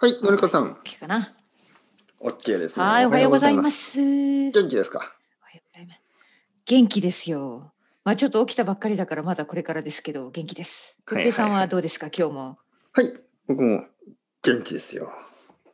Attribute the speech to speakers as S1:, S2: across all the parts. S1: はい、のりこさん。
S2: OK かな。
S3: OK ですね。
S2: はい、おはようございま
S1: お
S2: す。おはよう
S1: 元気ですか。
S2: ございます。元気ですよ。まあちょっと起きたばっかりだからまだこれからですけど元気です。
S1: は
S2: く
S1: いはいはい
S2: っけさんはどうですか、今日も。
S1: はい、僕も元気ですよ。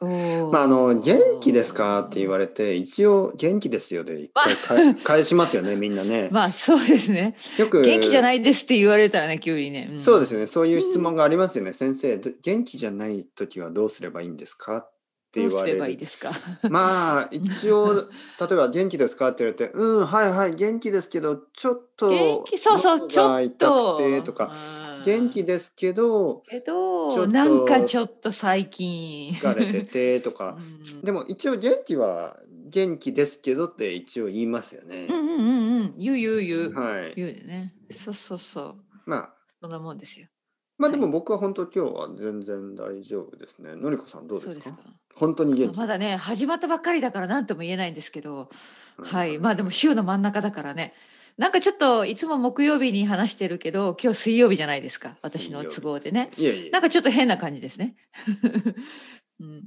S2: おー
S1: まあ、あの、元気ですかって言われて、一応元気ですよで、一回返返しますよ ね、みんなね。
S2: まあそうですね。
S1: よく。。
S2: 元気じゃないいですって言われたらね急にね。ん
S1: そうですよね、そういう質問がありますよね、先生、ど元気じゃない時はどうすればいいんですかって言
S2: どう
S1: わ
S2: す
S1: れ
S2: れ
S1: る。
S2: ばいいですか。
S1: まあ、一 応、例えば元気ですかって言われて、うん、はいはい、元気ですけど、ちょっと。
S2: 元気そうそうち
S1: 喉が
S2: ょっ
S1: 痛
S2: と
S1: くてとか。。
S2: うん
S1: 元気ですけど、
S2: け
S1: ちょっ
S2: ど
S1: と
S2: なんかちょっと最近
S1: 疲れててとか
S2: う。ん
S1: でも一応元気は元気ですけどって一応言いますよね。
S2: うんうんうんうん言う言う言う、
S1: はい。
S2: 言うよねそうそうそう
S1: まあ
S2: そんなもんですよ
S1: まあでも僕は本当今日は全然大丈夫ですね。のりこさんどうですか？
S2: そ
S1: 本当に元気です。
S2: まだね始まったばっかりだから何とも言えないんですけど、
S1: うん
S2: はいまあでも週の真ん中だからねなんかちょっといつも木曜日に話してるけど今日水曜日じゃないですか私の都合でね。
S1: いえいえ。
S2: なんかちょっと変な感じですね、 うん、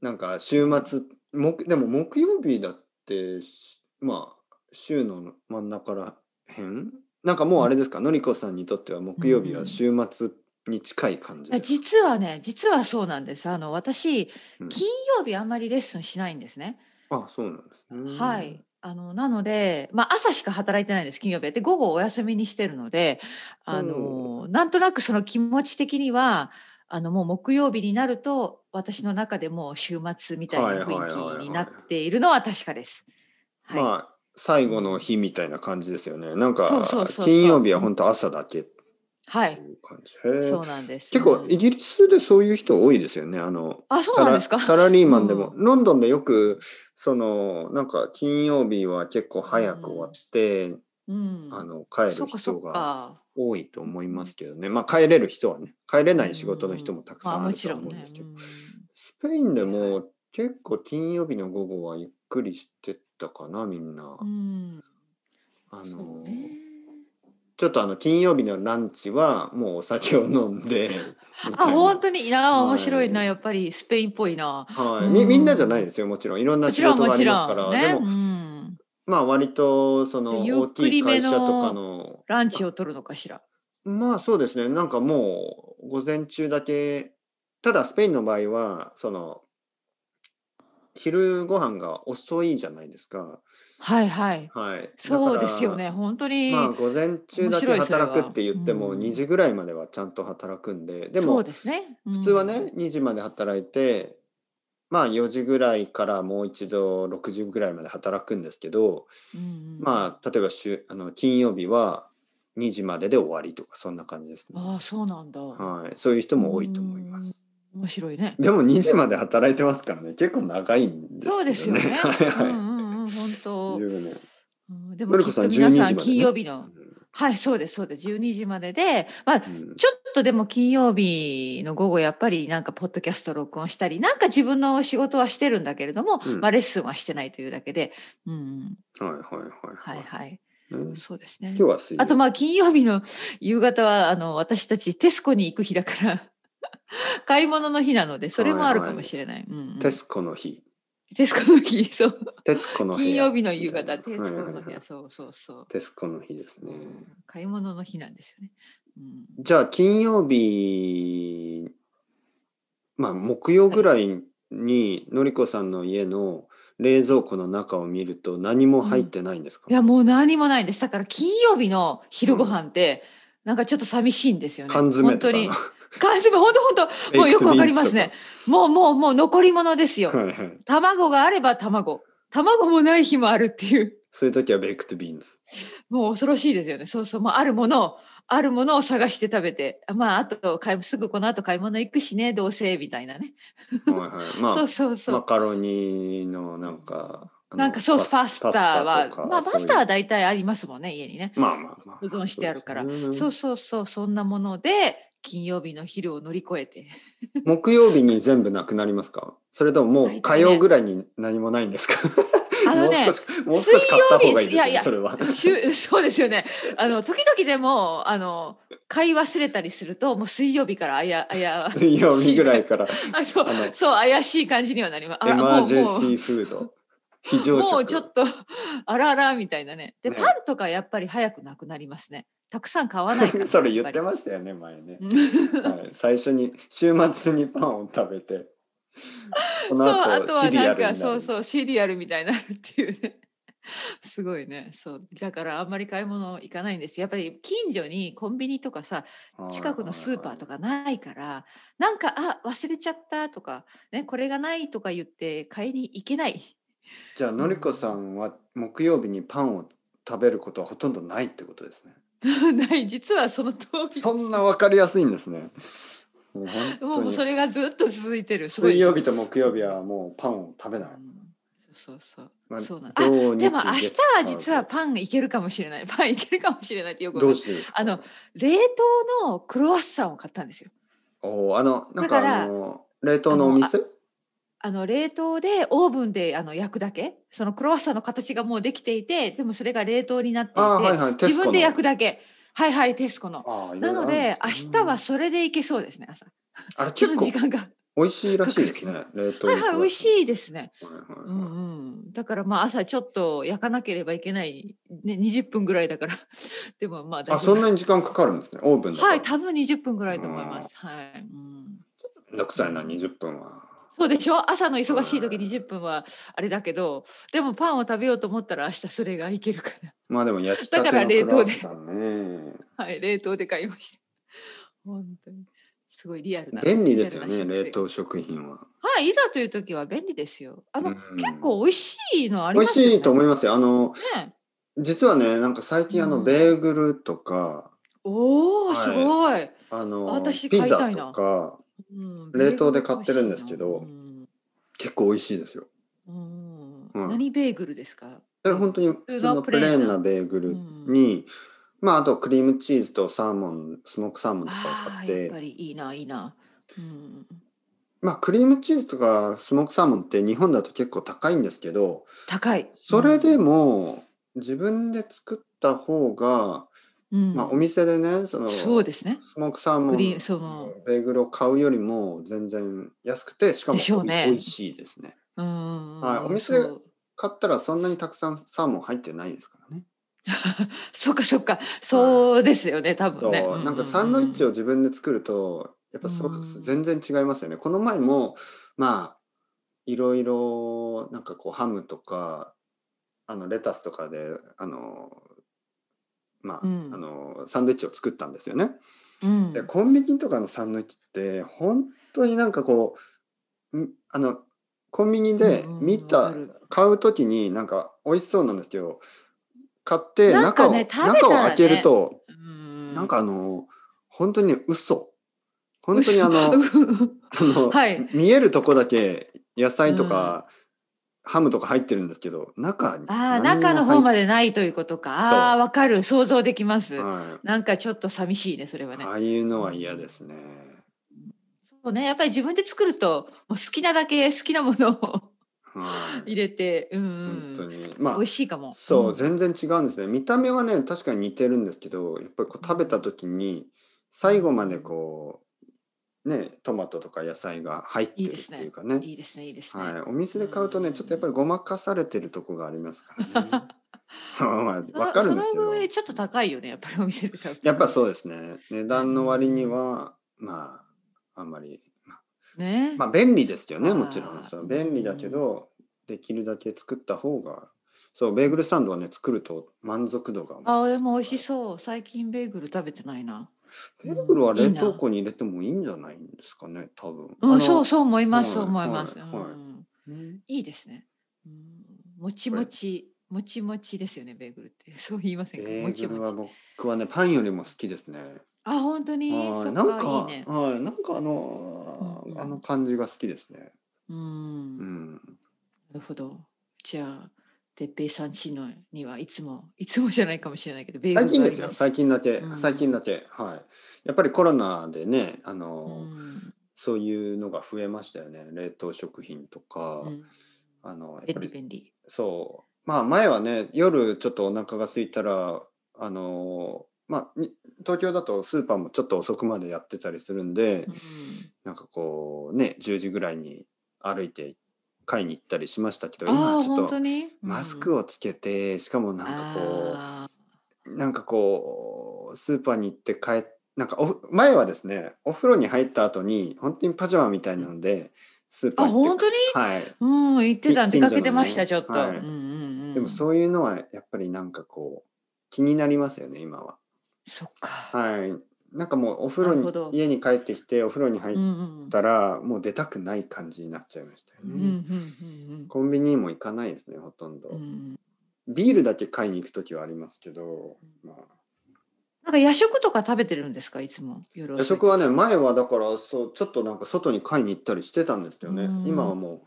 S1: なんか週末木でも木曜日だってしまあ週の真ん中らへんなんかもうあれですか？のりこさんにとっては木曜日は週末に近い感じですか。
S2: 実はね実はそうなんですあの私
S1: うん
S2: 金曜日あんまりレッスンしないんですね、
S1: あそうなんですね。
S2: はい。。あの、なので、まあ、朝しか働いてないんです、金曜日は。で、午後お休みにしてるので、あの、なんとなくその気持ち的には、あの、もう木曜日になると、私の中でもう週末みたいな
S1: はいはいはい
S2: 雰囲
S1: はい
S2: 気になっているのは確かです。はい。
S1: まあ最後の日みたいな感じですよね。なん
S2: そう
S1: か
S2: そうそうそう
S1: 金曜日は本当朝だけって
S2: はいい。
S1: う感じ。へえ
S2: そうなんです。
S1: 結構
S2: うん
S1: イギリスでそういう人多いですよね。あの
S2: あ、そう
S1: サ
S2: なん
S1: ラ
S2: ですか。
S1: サラリーマンでも、ロンドンでよくそのなんか金曜日は結構早く終わって、
S2: うん。
S1: あの帰
S2: そ
S1: る
S2: っかそ
S1: 人
S2: っ
S1: が
S2: か。
S1: 多いと思いますけどね。まあ帰れる人はね帰れない仕事の人もたくさ
S2: まあ
S1: んあ
S2: も
S1: る
S2: ち
S1: とは
S2: ろ
S1: 思う
S2: ん
S1: んで
S2: ね
S1: すけ
S2: う
S1: ど、
S2: ん
S1: スペインでも結構金曜日の午後はゆっくりしてたかなみんな。
S2: うん。
S1: あ
S2: そ
S1: の
S2: うね
S1: ちょっとあの金曜日のランチはもうお酒を飲ん でみ
S2: あ、
S1: たいな
S2: 本当に、なあ、面白いな、
S1: はい
S2: やっぱりスペインっぽいな。
S1: はい、
S2: うん
S1: みみんなじゃないですよもちろんいろんな
S2: も
S1: 仕
S2: ちろん
S1: 事が
S2: も
S1: あり
S2: ち
S1: ますか
S2: ろ
S1: ら
S2: んね、
S1: で
S2: う
S1: も
S2: ん、
S1: まあ割とその
S2: ゆっ
S1: 大
S2: く
S1: きい
S2: りめ
S1: 会
S2: の
S1: 社とかの
S2: ランチを取るのかしら。
S1: まあそうですねなんかもう午前中だけただスペインの場合はその昼ご飯が遅いじゃないですか
S2: はいはい。
S1: はい
S2: そう
S1: だから
S2: ですよね。本当に。
S1: まあ午前中だけ
S2: 面白いそれは
S1: 働くって言っても
S2: うん
S1: 2時ぐらいまではちゃんと働くんでで
S2: そ
S1: も
S2: うですね。
S1: 普通はね、2時まで働いてまあ4時ぐらいからもう一度6時ぐらいまで働くんですけど、
S2: うん、
S1: まあ例えば週あの金曜日は2時までで終わりとかそんな感じです
S2: あ、
S1: ね、
S2: ああ、そうなんだ。
S1: はい、そういう人も多いと思います、
S2: うん。面白いね。
S1: でも2時まで働いてますからね結構長いんですけどね
S2: そうですよね。
S1: はいはい、
S2: うんうんうん、本当。
S1: 15年
S2: うんで
S1: の
S2: も
S1: り
S2: き
S1: こ
S2: っ
S1: さん
S2: と皆
S1: 12
S2: さ
S1: 時まで
S2: ん
S1: ね
S2: 金曜日の、はい、そうですそうです。12時までで、まあ
S1: うん
S2: ちょっとでも金曜日の午後やっぱりなんかポッドキャスト録音したりなんか自分の仕事はしてるんだけれども、
S1: うん
S2: まあレッスンはしてないというだけで、うん、
S1: はいはいは
S2: はいい
S1: はい、
S2: はい、
S1: うん
S2: そうですね
S1: 今日。は水曜
S2: あとまあ金曜日の 夕方はあの私たちテスコに行く日だから 買い物の日なのでそれもあるかもしれない。うんうん
S1: テスコの日
S2: テスコの日そう
S1: テツコの部屋
S2: 金曜日の夕方
S1: みた
S2: テ
S1: い
S2: ス
S1: なはいは
S2: コの
S1: い
S2: 日
S1: はい
S2: はそうそうそう、
S1: テスコの日ですね。
S2: 買い物の日なんですよね。うん
S1: じゃあ金曜日まあ木曜ぐらいにのりこさんの家の冷蔵庫の中を見ると何も入ってないんですか、
S2: いやもう何もないんです。だから金曜日の昼ご飯って、なんかちょっと寂しいんですよね。
S1: 缶詰
S2: 本
S1: と
S2: 当
S1: か
S2: に
S1: の。
S2: 缶詰本当本当もうよくわかりますね。もうもうもう残り物です
S1: ベイ
S2: よ
S1: ク。トビーンズとか。はいはい。
S2: 卵があれば卵、卵もない日もあるっていう。
S1: そういう時はベイクトビーンズ。
S2: もう恐ろしいですよね。そうそう、もうあるものを、あるものを探して食べて、まあ、あと、買いすぐこの後買い物行くしね、どうせ、みたいなね。
S1: はいはい。まあ
S2: そうそうそう。
S1: マカロニのなんかあの
S2: なんかそう、パスタは、
S1: とか
S2: まあ、
S1: そう
S2: パ
S1: い
S2: ス
S1: う
S2: タは大体ありますもんね、家にね。
S1: まあまあまあ。
S2: 保存してあるから
S1: そうですね
S2: そうそうそう、そんなもので、金曜日の昼を乗り越 えて。
S1: 木曜日に全部なくなりますかそれともも
S2: ないうですね
S1: 火曜ぐらいに何もないんですか
S2: あのね
S1: もう少し、もう少し買った方がいいですね、
S2: 水曜日いやいや
S1: それは。
S2: しゅそうですよね。あの時々でもあの買い忘れたりするともう水曜日からあや あや
S1: 水曜日ぐらい から、
S2: あそう
S1: あの
S2: そう怪しい感じにはなります。あ
S1: エ
S2: ら
S1: マージェン
S2: もう
S1: シーフード、非常食。
S2: もうちょっと あらあらみたいなね。で、
S1: ね
S2: パンとかやっぱり早くなくなりますね。たくさん買わないか ら。
S1: それ言って
S2: す。
S1: ましたよね、前ね。
S2: うん
S1: はい、最初に週末にパンを食べて、こ
S2: そ
S1: の
S2: うあ
S1: 後
S2: と
S1: シ
S2: は
S1: リア
S2: なん
S1: ルにな
S2: か
S1: る。
S2: そうそうシリアルみたいになるっていうね。 すごいねそうだからあんまり買い物行かないんですやっぱり近所にコンビニとかさ
S1: はい
S2: 近くのスーパーと
S1: は
S2: かないからなんかあ忘れちゃったとか、ね、これがないとか言って買いに行けない
S1: いじゃあ、のりこさんは木曜日にパンを食べることはほとんどないってことですね。
S2: ない実はその通り
S1: そんなわかりやすいんですね。もう本
S2: も
S1: 当
S2: う
S1: に
S2: それがずっと続いてるすごい
S1: 水曜日と木曜日はもうパンを食べない。
S2: うんそうそう、
S1: まあ
S2: そうなのあ
S1: 土日
S2: でも明日
S1: 月
S2: は実はパンいけるかもしれない パンいけるかもしれないってよくわか
S1: どう
S2: んない
S1: してですか
S2: あの冷凍のクロワッサンを買ったんですよ
S1: おーあのなん
S2: だか
S1: からあの冷凍のお店
S2: あの冷凍でオーブンであの焼くだけそのクロワッサンの形がもうできていてでもそれが冷凍になっていて、
S1: あーはいはいテスコの
S2: 自分で焼くだけはいはいテスコの
S1: あーいろ
S2: ない
S1: ろある
S2: の
S1: ん
S2: で
S1: です
S2: 明
S1: ね
S2: 日はそれでいけそうですね朝
S1: あれ
S2: ちょっ
S1: 結
S2: と
S1: 構
S2: 時間が
S1: 美味しいらしい ですね冷凍
S2: はいはい美味し
S1: い、
S2: いですね
S1: はいはいはい
S2: うんうん、だからまあ朝ちょっと焼かなければいけない、ね、20分ぐらいだから でもまあ
S1: あそん
S2: な
S1: なに時間かかるんですねオーブンだと
S2: はい多分20分ぐらいと思いますはい、うん、
S1: めんどくさいな20分は
S2: そうでしょ朝の忙しい時
S1: うん
S2: 20分はあれだけどでもパンを食べようと思ったら明日それがいけるかな
S1: まあでも焼きたて
S2: だから
S1: の
S2: 冷
S1: ク
S2: 凍で
S1: ロワッサンね
S2: はい冷凍で買いました 本当にすごいリアルな
S1: 便利ですよね
S2: リアルな食生
S1: 冷凍食品は
S2: はいいざという時は便利ですよあの、
S1: うん
S2: 結構美味しいのあり
S1: 美
S2: ま
S1: 味
S2: す
S1: し
S2: よね
S1: いと思いますよあの
S2: ね
S1: 実はねなんか最近あ
S2: う
S1: の
S2: ん
S1: ベーグルとか、
S2: お
S1: は
S2: お
S1: い
S2: すごい、
S1: あの
S2: 私
S1: ピ
S2: 買いた
S1: ザ
S2: い
S1: と
S2: な
S1: か
S2: うん
S1: 冷凍で買ってるんですけど
S2: ベーグル美味しいな
S1: 結構美味しいですよ
S2: うんう
S1: うんん
S2: 何ベーグルですか
S1: で本当に普通のプレーンなベーグルに、まああとクリームチーズとサーモンスモークサーモンとかを
S2: あ
S1: 買っ
S2: あーやってぱりいいないいな、うん、
S1: まあクリームチーズとかスモークサーモンって日本だと結構高いんですけど
S2: 高い
S1: それで
S2: も、
S1: も自分で作った方が、
S2: うん
S1: まあお店でねその
S2: そうですね
S1: スモークサーモン
S2: クリームその
S1: ベーグルを買うよりも全然安くてしかも
S2: でしょうね
S1: 美味しいですね
S2: うん
S1: はいお店
S2: そう
S1: 買ったらそんなにたくさんサーモン入ってないですからね。
S2: そっかそっかそうですよね多分ね
S1: そうなんかサンドイッチ
S2: を
S1: を自分で作るとやっぱそううん全然違いますよね。この前もまあいろいろなんかこうハムとかあのレタスとかであのまあ、
S2: うん
S1: あのサンドイッチを作ったんですよね。
S2: うん
S1: でコンビニとかのサンドイッチって本当になんかこうんあのコンビニで
S2: うんうん
S1: 見
S2: わ
S1: た、
S2: かる
S1: 買う時になんか美味しそうなんですけど買って
S2: なんか
S1: 中を、
S2: ね食べたらね
S1: 中を開けると、
S2: うん
S1: なんかあの本当に嘘本当にあの
S2: 嘘
S1: あの、
S2: はい
S1: 見えるとこだけ野菜とか、ハムとか入ってるんですけど中に
S2: ああ
S1: 何にも
S2: 中の方ま
S1: 入っ
S2: でないということかああ
S1: そう
S2: わかる想像できます、
S1: は、
S2: なんかちょっと寂しいねそれはいね、
S1: ああいうのは嫌ですね。
S2: そうねやっぱり自分で作るともう好きなだけ好きなものを
S1: はい
S2: 入れてうん
S1: 本当に
S2: 美
S1: まあ
S2: 味しいかも
S1: そう、
S2: ん
S1: 全然違うんですね見た目はね確かに似てるんですけどやっぱりこう食べた時に最後までこうねトマトとか野菜が入って
S2: いい
S1: る
S2: で
S1: っ
S2: す
S1: て
S2: ね
S1: いうかね
S2: いいですねいいですね、
S1: はい、お店で買うと
S2: う
S1: ね
S2: ん
S1: ちょっとやっぱりごまかされてるとこがありますから ね。まあ、わかるんです
S2: その
S1: よ。
S2: 上ちょっと高いよねやっぱりお店で買うと
S1: やっぱそうですね値段の割にはまああんまりまあ
S2: ね、
S1: まあ便利ですよねもちろ
S2: あ
S1: ん
S2: ー
S1: そう便利だけど、できるだけ作った方がそうベーグルサンドはね作ると満足度が
S2: あでも美味しそう最近ベーグル食べてないな
S1: ベーグルは冷凍庫に入れてもいいんじゃないんですかね多分
S2: う
S1: あ
S2: ん
S1: の
S2: そうそう思います、
S1: はい
S2: そう思います、
S1: はいはい
S2: うん
S1: うん
S2: いいですね、うん、もちもちもちもちですよねベーグルって そう言いませ
S1: ベ
S2: んかもち
S1: ーグル
S2: も
S1: は
S2: ち
S1: 僕はねパンよりも好きですね
S2: あ本当に
S1: は
S2: そ
S1: い
S2: っ
S1: なんか
S2: いいね
S1: はいなんかあの
S2: うんうん
S1: あの感じが好きですね
S2: う、
S1: うん
S2: なんるほど。じゃあ、てっぺいさんちのにはいつも、いつもじゃないかもしれないけど、
S1: 最近ですよ最近だけ
S2: うん
S1: 最近だけはいやっぱりコロナでねあ
S2: 近
S1: の
S2: うん
S1: そういうのが増えましたよね冷凍食品とか
S2: うん
S1: あのやっ
S2: 便
S1: ぱ
S2: 利
S1: り
S2: 便利。
S1: そうまあ前はね夜ちょっとお腹が空いたらあのまあに東京だとスーパーもちょっと遅くまでやってたりするんで、
S2: うん
S1: なんかこうね10時ぐらいに歩いて買いに行ったりしましたけど
S2: あ
S1: 今
S2: あ
S1: ちょ
S2: 本
S1: っと
S2: 当に
S1: マスク
S2: を
S1: をつけてしかもなんかこうなんかこうスーパーに行って帰っなんかお前はですねお風呂に入った後に本当にパジャマみたいなのでスーパー
S2: あ
S1: 行っ
S2: 本
S1: て
S2: 当に
S1: はい
S2: うん言ってた
S1: き
S2: 出かけてまし
S1: 近
S2: たち
S1: 所
S2: ょ
S1: の
S2: っ
S1: は
S2: と。
S1: い
S2: うんうんうん
S1: でもそういうのはやっぱりなんかこう気になりますよね今は。
S2: そっか。
S1: はい。なんかもうお風呂
S2: なるほど
S1: に家に帰ってきてお風呂に入
S2: うん
S1: っ
S2: うん
S1: たら、もう出たくない感じになっちゃいましたよ
S2: うん
S1: ね。
S2: うんうん
S1: コンビニにも行かないですねほとんど、
S2: うんうん。
S1: ビールだけ買いに行く時はありますけど、まあ、
S2: なんか夜食とか食べてるんですかいつも夜
S1: 夜
S2: 遅い
S1: 食はね前はだからそうちょっとなんか外に買いに行ったりしてたんですけどね
S2: うん
S1: 今はも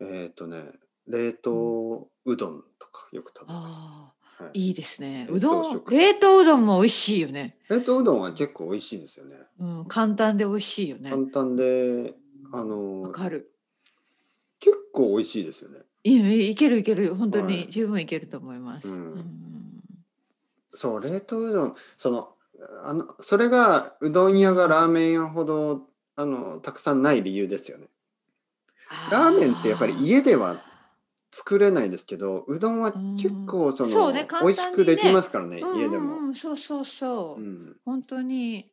S1: うえっ、とね冷凍うどんとかよく食べます、
S2: ああ
S1: はい、
S2: いいですね。
S1: 冷
S2: う
S1: 凍
S2: ど
S1: 食
S2: ん冷凍うどんも美味しいよね。
S1: 冷凍うどんは結構美味しいですよね
S2: うん簡単で美味しいよね。
S1: 簡単であ
S2: わ
S1: の
S2: かる。
S1: 結構美味しいですよね
S2: いいいいいけるいける本当
S1: は
S2: に
S1: い
S2: 十分いけると思います。
S1: うん
S2: ん
S1: そう冷凍うどんそのあのそれがうどん屋がラーメン屋ほどあのたくさんない理由ですよねラーメンってやっぱり家では作れないですけどうどんは結構その、
S2: そうね簡
S1: 美
S2: 単にね
S1: 味しくできますからね
S2: あー
S1: 家で
S2: うんうん
S1: も、
S2: うんそうそうそう、
S1: うん
S2: 本当に、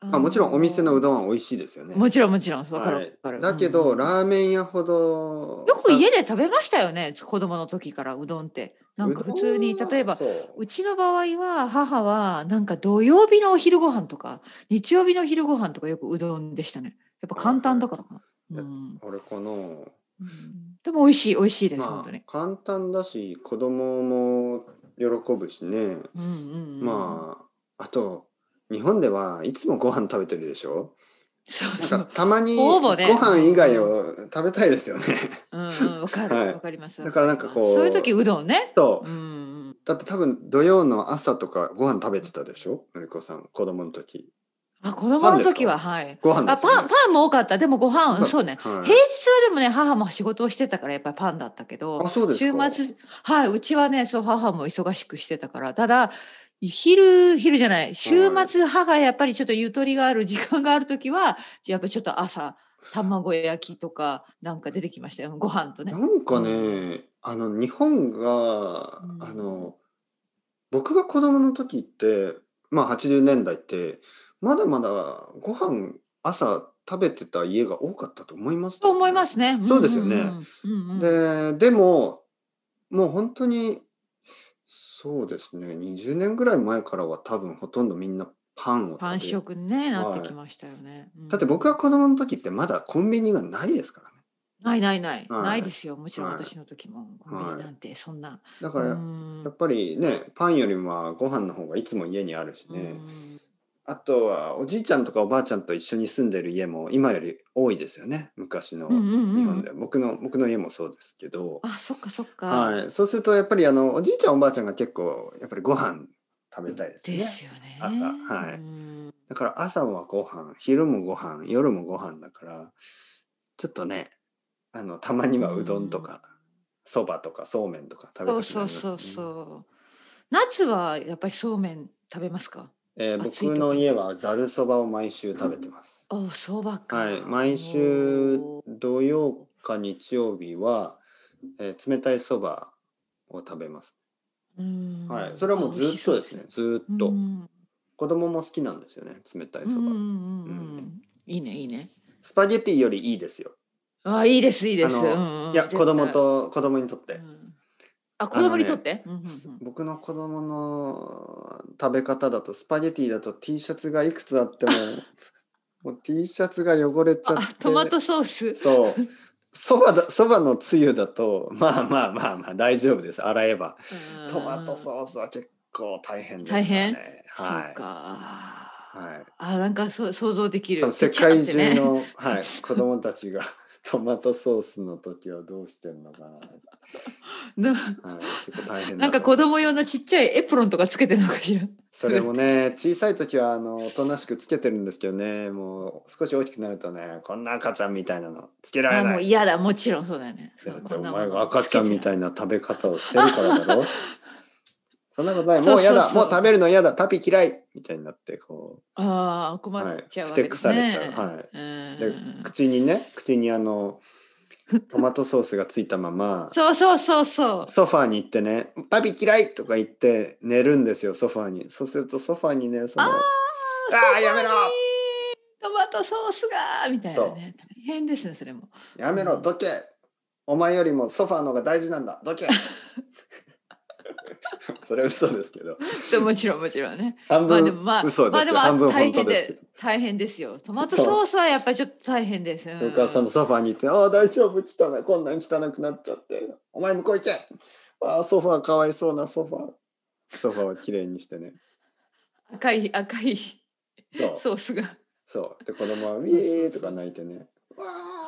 S1: まあ、もちろんお店のう
S2: ん
S1: どんは美味しいですよね
S2: もちろんもちろんわかる
S1: は
S2: わ
S1: い
S2: かる、
S1: だけど、
S2: うん
S1: ラーメン屋ほど
S2: よく家で食べましたよね子供の時からうどんってなんか普通に
S1: うどんは
S2: 例えば
S1: そう
S2: うちの場合は母はなんか土曜日のお昼ご飯とか日曜日の昼ご飯とかよくうどんでしたねやっぱ簡単だからかな、
S1: はいは
S2: うん
S1: 俺この
S2: うんでも美味しい美味しいです、本
S1: ま
S2: 当
S1: あ
S2: に、
S1: 簡単だし子供も喜ぶしね
S2: うんうんうん、
S1: まああと日本ではいつもご飯食べてるでしょ
S2: そう
S1: なん
S2: そ
S1: か
S2: う
S1: たまにご
S2: ほぼね
S1: 飯以外を食べたいですよね
S2: うんうんわかる、
S1: はい
S2: わかります。
S1: だからなんかこう
S2: そういう時うどんね。
S1: そう
S2: うん
S1: だって多分土曜の朝とかご飯食べてたでしょのりこさん子供の時
S2: あ子供の時ははい。
S1: ご飯
S2: あ
S1: ですよ
S2: パン
S1: ね
S2: パンも多かった。でもご飯うんそうね。
S1: はい
S2: 平日はでもね母も仕事をしてたからやっぱりパンだったけ
S1: あ
S2: ど、
S1: そうです
S2: 週
S1: か
S2: 末はいうちはねそう母も忙しくしてたからただ。昼昼じゃない週末母がやっぱりちょっとゆとりがある時間がある時はやっぱりちょっと朝卵焼きとかなんか出てきましたよご飯とね
S1: なんかね、あの日本が、
S2: うん
S1: あの僕が子供の時ってまあ80年代ってまだまだご飯朝食べてた家が多かったと思いますけ
S2: と
S1: どね、
S2: 思いますね
S1: そうですよね
S2: うんうんうんうんうん
S1: ででももう本当にそうですね20年ぐらい前からは多分ほとんどみんなパンを
S2: パン
S1: 食べ
S2: 食に、ね、な
S1: はい
S2: ってきましたよね。うん
S1: だって僕が子供の時ってまだコンビニがないですからね
S2: ないないない、
S1: はい
S2: ないですよもちろん
S1: はい
S2: 私の時も、コンビニなんてそんな。
S1: だから
S2: う
S1: や
S2: ん
S1: っぱりねパンよりもご飯の方がいつも家にあるしね、
S2: うん
S1: あとはおじいちゃんとかおばあちゃんと一緒に住んでる家も今より多いですよね昔の
S2: うん
S1: 日
S2: うんうん
S1: 本で、僕の僕の家もそうですけど、
S2: あそっかそっか、
S1: はい、そうするとやっぱりあのおじいちゃんおばあちゃんが結構やっぱりご飯食べたいですね
S2: ですよね。
S1: 朝はい
S2: うん
S1: だから朝はご飯昼もご飯夜もご飯だからちょっとねあのたまにはうどんとかそば、蕎麦とかそうめんとか食べ
S2: そ
S1: た
S2: う
S1: くなり
S2: そ
S1: ま
S2: う
S1: す、ね、
S2: そうそう。夏はやっぱりそうめん食べますか
S1: えー
S2: 暑い時
S1: 僕の家はざるそばを毎週食べてます、
S2: おそうばか。
S1: はい、毎週
S2: おー
S1: 土曜か日曜日は、えー冷たいそばを食べます。
S2: うん
S1: はい、それはもうず
S2: あ美味
S1: っ
S2: しそ
S1: と
S2: う
S1: ですね、ずっと、
S2: うん
S1: 子供も好きなんですよね、冷たい
S2: うん
S1: そ
S2: うん
S1: ば。
S2: うんう、
S1: うん
S2: いいねいいね。
S1: スパゲティよりいいですよ。
S2: あいいですいいです。
S1: あ
S2: う
S1: の
S2: んうん
S1: いや、
S2: 絶
S1: 子供
S2: 対
S1: と子供にとって
S2: う、んあ子供にとって、うんうんうん
S1: 僕の子供の食べ方だとスパゲティだと T シャツがいくつあ っても、もう T シャツが汚れちゃっ
S2: あ
S1: て、
S2: トマトソース
S1: そう。そばだ、そばのつゆだと、まあまあまあまあ大丈夫です。洗えば。トマト
S2: ー
S1: ソースは結構大変です、ね。
S2: 大変
S1: は
S2: そう
S1: い。
S2: か、
S1: はい。
S2: あなんかそう想像でき
S1: 多
S2: る
S1: 分世界
S2: ちっちゃくて
S1: 中
S2: ね
S1: の、はい、子供たちが トマトソースの時はどうしてんのか
S2: な
S1: な。はい、結構大変
S2: なん
S1: だ
S2: か
S1: と思
S2: 子
S1: う
S2: 供用のちっちゃいエプロンとかつけてるのかしら。
S1: それもね、小さい時はあのおとなしくつけてるんですけどね、もう少し大きくなるとね、こんな赤ちゃんみたいなのつけられ
S2: あ
S1: な
S2: もう
S1: い。
S2: 嫌だ、もちろんそうだよね。
S1: だ
S2: そう
S1: って
S2: こ
S1: お
S2: な
S1: 前
S2: も
S1: が
S2: の
S1: 赤ちゃんみた
S2: つ
S1: いな食べ方をしてるからだろ。そんなことない。
S2: そ
S1: もう
S2: うそうそう
S1: 嫌だ。もう食べるの嫌だ。パピ嫌いみたいになって、こ
S2: けちゃう。ああ、困っちゃうわけです
S1: はい
S2: ね。
S1: ふてくされちゃうはい
S2: うん
S1: う。で、口にね、口にあの、トマトソースがついたまま、
S2: そうそうそうそう。
S1: ソファーに行ってね、パピ嫌いとか言って寝るんですよ、ソファーに。そうするとソファーにね、その、
S2: あー
S1: あーやめろ
S2: トマトソースがみたいな
S1: そう
S2: ね。大変ですね、それも。
S1: やめろ、どけお前よりもソファーの方が大事なんだ、どけ それは嘘ですけど、
S2: そうもちろんもちろんね。
S1: 半
S2: まあで
S1: 分
S2: もまあ、
S1: 嘘
S2: ま
S1: です
S2: あで
S1: よ、
S2: も
S1: 半分
S2: 大
S1: 本当
S2: 変
S1: ですけ
S2: で
S1: ど。
S2: 大変ですよ。トマト
S1: そう
S2: ソースはやっぱりちょっと大変です。うん
S1: お母さんもソファーに行って、ああ、大丈夫、汚い、こんなん汚くなっちゃって、お前向こう行けああ、ソファーかわいそうなソファー。ソファーをきれいにしてね。
S2: 赤い赤い
S1: そう、
S2: ソースが。
S1: そう。で、子供は、ウィーとか泣いてね。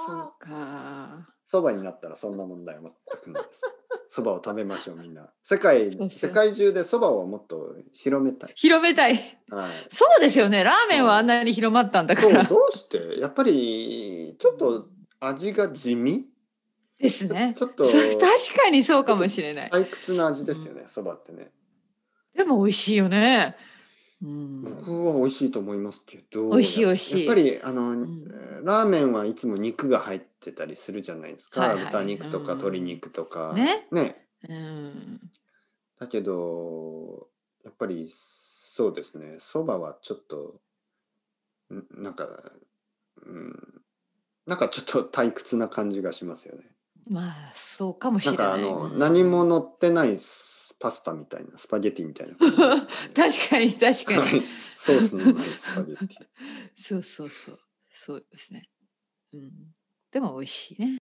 S2: そうか。
S1: そばになったらそんな問題は全くないです。そばを食べましょうみんな。世界
S2: そうそう
S1: 世界中でそばをもっと広めたい。
S2: 広めたい。
S1: はい。
S2: そうですよね。ラーメンはあんなに広まったんだか
S1: そう
S2: ら。
S1: どうしてやっぱりちょっと味が地味
S2: ですね。
S1: ちょっと
S2: そう確かにそうかもしれない。
S1: 退屈な味ですよねそばってね。
S2: でも美味しいよね。うん。
S1: 僕は美味しいと思いますけど。
S2: 美味しい美味しい
S1: やっぱりあの、
S2: ん
S1: ラーメンはいつも肉が入ってたりするじゃないですか。
S2: はいはい
S1: 豚肉とか
S2: うん
S1: 鶏肉とか。
S2: ね
S1: ね
S2: うん。
S1: だけどやっぱりそうですねそばはちょっとんなんかうんなんかちょっと退屈な感じがします よね。
S2: まあそうかもし
S1: な
S2: れ
S1: ん
S2: ない。
S1: かあの
S2: うん
S1: 何も乗ってないスパスタみたいなスパゲティみたいな感じですね、
S2: 確かに 確か
S1: は
S2: に
S1: い。ソースのないスパゲティ。
S2: そうそうそう。そうですね。うん。でも美味しいね。